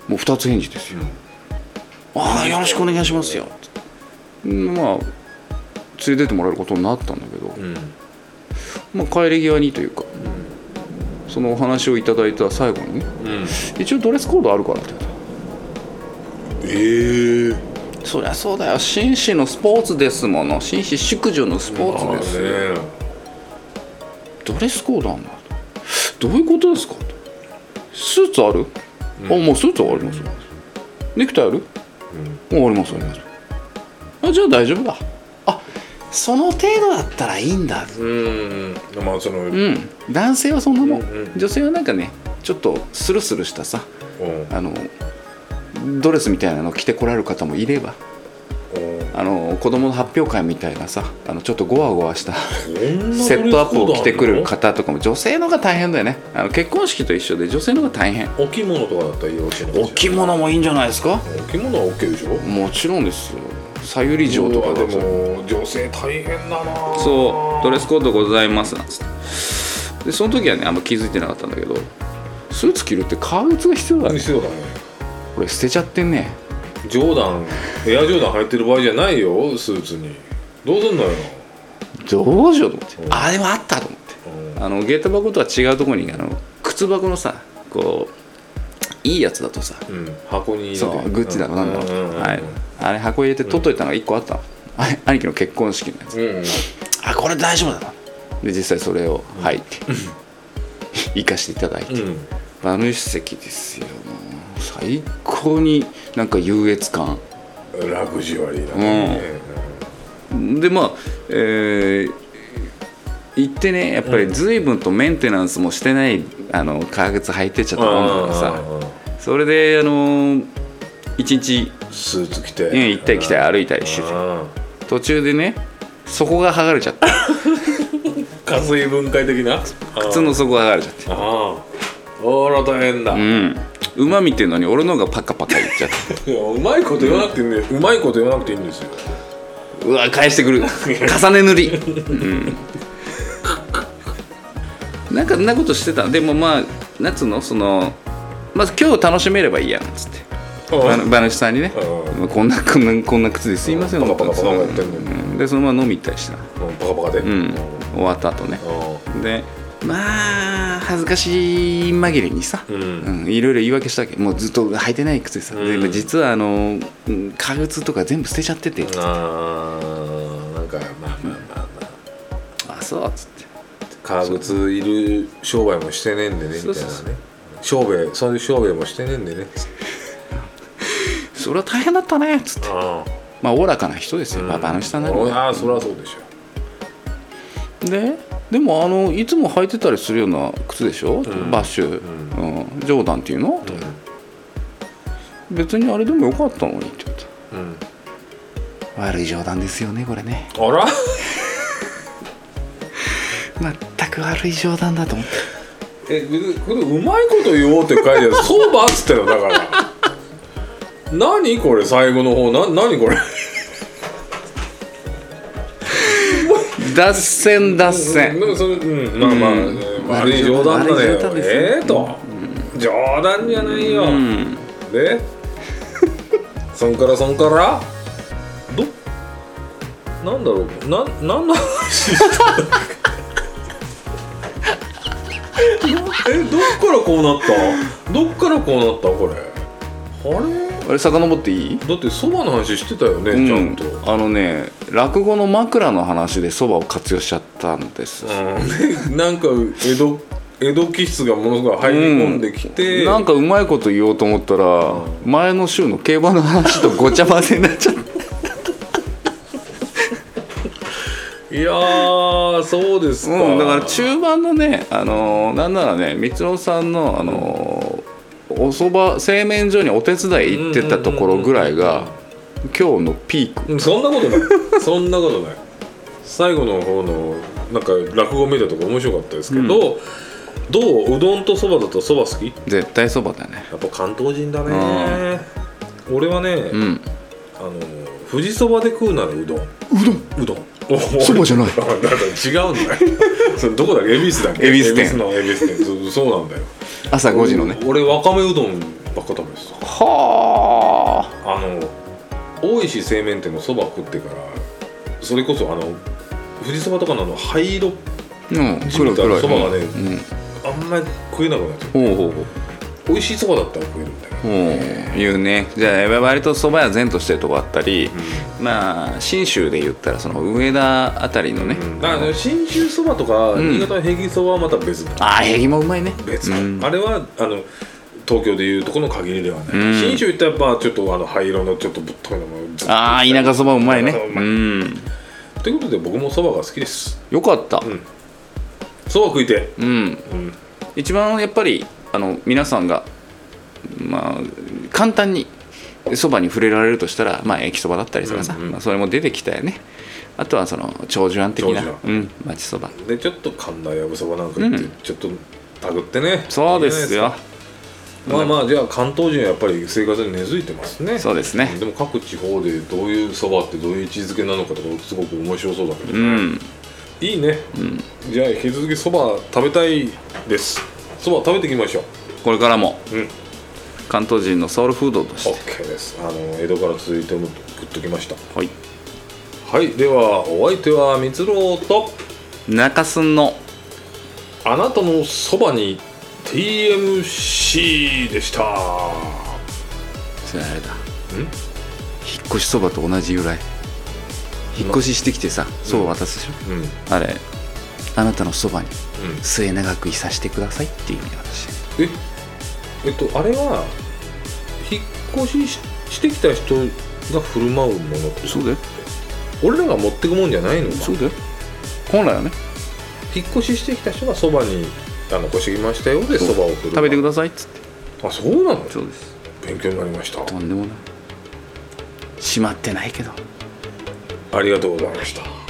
もう二つ返事ですよ、ああよろしくお願いしますようんまあ連れてってもらえることになったんだけど、うんまあ、帰り際にというかそのお話をいただいた最後にねうん一応ドレスコードあるからって言わええれたそりゃそうだよ紳士のスポーツですもの紳士淑女のスポーツです、ねドレスコードあんだどういうことですかとスーツある、あもうスーツはありますよネクタイある、もうありますありますあじゃあ大丈夫だあその程度だったらいいんだうんまあそのうんうん男性はそんなもん、うんうん女性はなんかねちょっとスルスルしたさあのドレスみたいなの着てこられる方もいればあの子供の発表会みたいなさあのちょっとゴワゴワしたセットアップを着てくる方とかも女性のが大変だよねあの結婚式と一緒で女性のが大変お着物とかだったらいいよお着物もいいんじゃないですかお着物は OK でしょもちろんですよさゆり嬢とかうわででもも女性大変だなそうドレスコードございますなんつってでその時はねあんま気づいてなかったんだけどスーツ着るって革靴が必要だね必要だねこれ捨てちゃってんねジョーダンエアジョーダン入ってる場合じゃないよスーツにどうすんのよどうしようと思ってうんあでもあったと思ってあのゲート箱とは違うところにあの靴箱のさこういいやつだとさうん箱に入れてそうグッチだろなんだろうんうんうんうんはいあれ箱入れて取っといたのが1個あったの、あれ兄貴の結婚式のやつうんあこれ大丈夫だなで実際それを履いて生かしていただいてうん馬主席ですよもう最高になんか優越感ラグジュアリーだね、でまあえー行ってねやっぱり随分とメンテナンスもしてないあの革靴履いてっちゃったもんだからさうんそれであのー一日スーツ着て、ね行ったり来たり歩いたりしててうん途中でね底が剥がれちゃった加水分解的な靴の底が剥がれちゃってあーあーあら大変だ、ううん馬見てんのに俺の方がパカパカいっちゃっうまいこと言わなくていいんで、うまいこと言わなくていいんですよてうわ返して くる重ね塗り、うんなんかんなことしてたでもまあなんつうのそのまず今日楽しめればいいやんつってばあ馬主さんにねうまあこんなこんなこんな靴ですいませんパカパカパカやってんのにうんでそのまま飲み行ったりしたパカパカで、うん終わった後ねでまあ恥ずかしい紛れにさ、うんうんいろいろ言い訳したわけもうずっと履いてない靴でさ、うんでも実はあのうん革靴とか全部捨てちゃってて、あーなんかまあまあまあまああそうっつって革靴いる商売もしてねえんでねみたいなねそうそうそう商売そういう商売もしてねえんでねそれは大変だったねっつってあまあおおらかな人ですよ、あまあ馬主さんだあけどねーそりゃそうでしょででもあのいつも履いてたりするような靴でしょ、んバッシュ、うんジョーダンっていうの、とか別にあれでもよかったのにって言ってうん悪い冗談ですよねこれねあら全く悪い冗談だと思ってえ別にこれうまいこと言おうって書いてある「相場」っつってのだから何これ最後の方な何これ脱線脱うん線でもそれうんまあまあ、うん悪い冗談だね悪い冗談ですよええと、冗談じゃないよ、うんでそんからそんからどなんだろうな何の話してた えどっからこうなったどっからこうなったこれあれあれ遡っていいだってそばの話してたよね、うんちゃんと、あのね落語の枕の話でそばを活用しちゃったんです、うん、 なんか江戸江戸気質がものすごい入り込んできて、なんかうまいこと言おうと思ったら、前の週の競馬の話とごちゃ混ぜになっちゃったいやーそうですか、うん、だから中盤のね、あのーなんならね光郎さんの、あのーおそば製麺所にお手伝い行ってたところぐらいが今日のピークうんそんなことないそんなことない最後の方のなんか落語見たとこ面白かったですけど、どううどんとそばだとそば好きや絶対そばだねっぱ関東人だね俺はね、うんあの富士そばで食うならうどんうどんうどんそばじゃないだから違うんだ よそれどこだっけ恵比寿だっけ恵比寿店恵比寿の恵比寿店そうそうなんだよ朝5時のね俺わかめうどんばっか食べてたはあの大石製麺店のそば食ってからそれこそあの富士そばとかのあの灰色あうん地黒味いだ黒ろいそばがねうんあんまり食えなくなっちゃうほうほうほう美味しいそばだったら食えるみたいなほういうねじゃあ割と蕎麦屋善としてるとこあったり、まあ信州で言ったらその上田あたりのね、だからあの信州そばとかん新潟の平均そばはまた別だ、ああへぎもうまいね別うだ、んあれはあの東京でいうとこの限りではない、うん信州行ったらやっぱちょっとあの灰色のちょっとぶっといのもずっとああ田舎そばうまいね田舎そばうまいうんということで僕もそばが好きですよかったんそば食いてうん、ん一番やっぱりあの皆さんがまあ簡単にそばに触れられるとしたらまあ駅そばだったりとかさ、うんうんまあ、それも出てきたよねあとはその長寿庵的長な寿庵うん町そばでちょっと神田やぶそばなんか行って、うんちょっとたぐってねそうですよまあまあじゃあ関東人はやっぱり生活に根付いてますねそうですねでも各地方でどういうそばってどういう位置づけなのかとかすごく面白そうだけど、うんいいね、じゃあ引き続きそば食べたいですそば食べていきましょうこれからも、うん関東人のソウルフードとして OK ですあの江戸から続いても食っときましたはいはいではお相手は蜜ろと中洲のあなたのそばに TMC でしたそれあれだ引っ越しそばと同じ由来引っ越ししてきてさそば渡すでしょ、うんうんあれあなたのそばに末永くいさしてくださいっていう意味の話ええっとあれは引っ越しししてきた人が振る舞うものってうだよ俺らが持ってくもんじゃないのかうだよ本来はね引っ越ししてきた人がそばにあの越してきましたよでそばを振る舞う食べてくださいっつってあそうなのそうです勉強になりましたとんでもない閉まってないけどありがとうございました